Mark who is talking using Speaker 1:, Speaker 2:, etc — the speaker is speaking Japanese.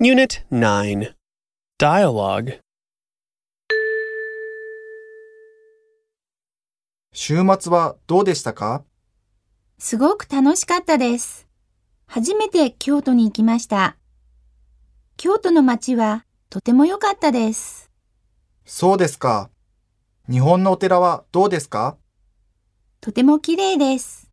Speaker 1: Unit 9. Dialogue.
Speaker 2: 週末はどうでしたか
Speaker 3: すごく楽しかったです。初めて京都に行きました。京都の街はとても良かったです。
Speaker 2: そうですか。日本のお寺はどうですか
Speaker 3: とても綺麗です。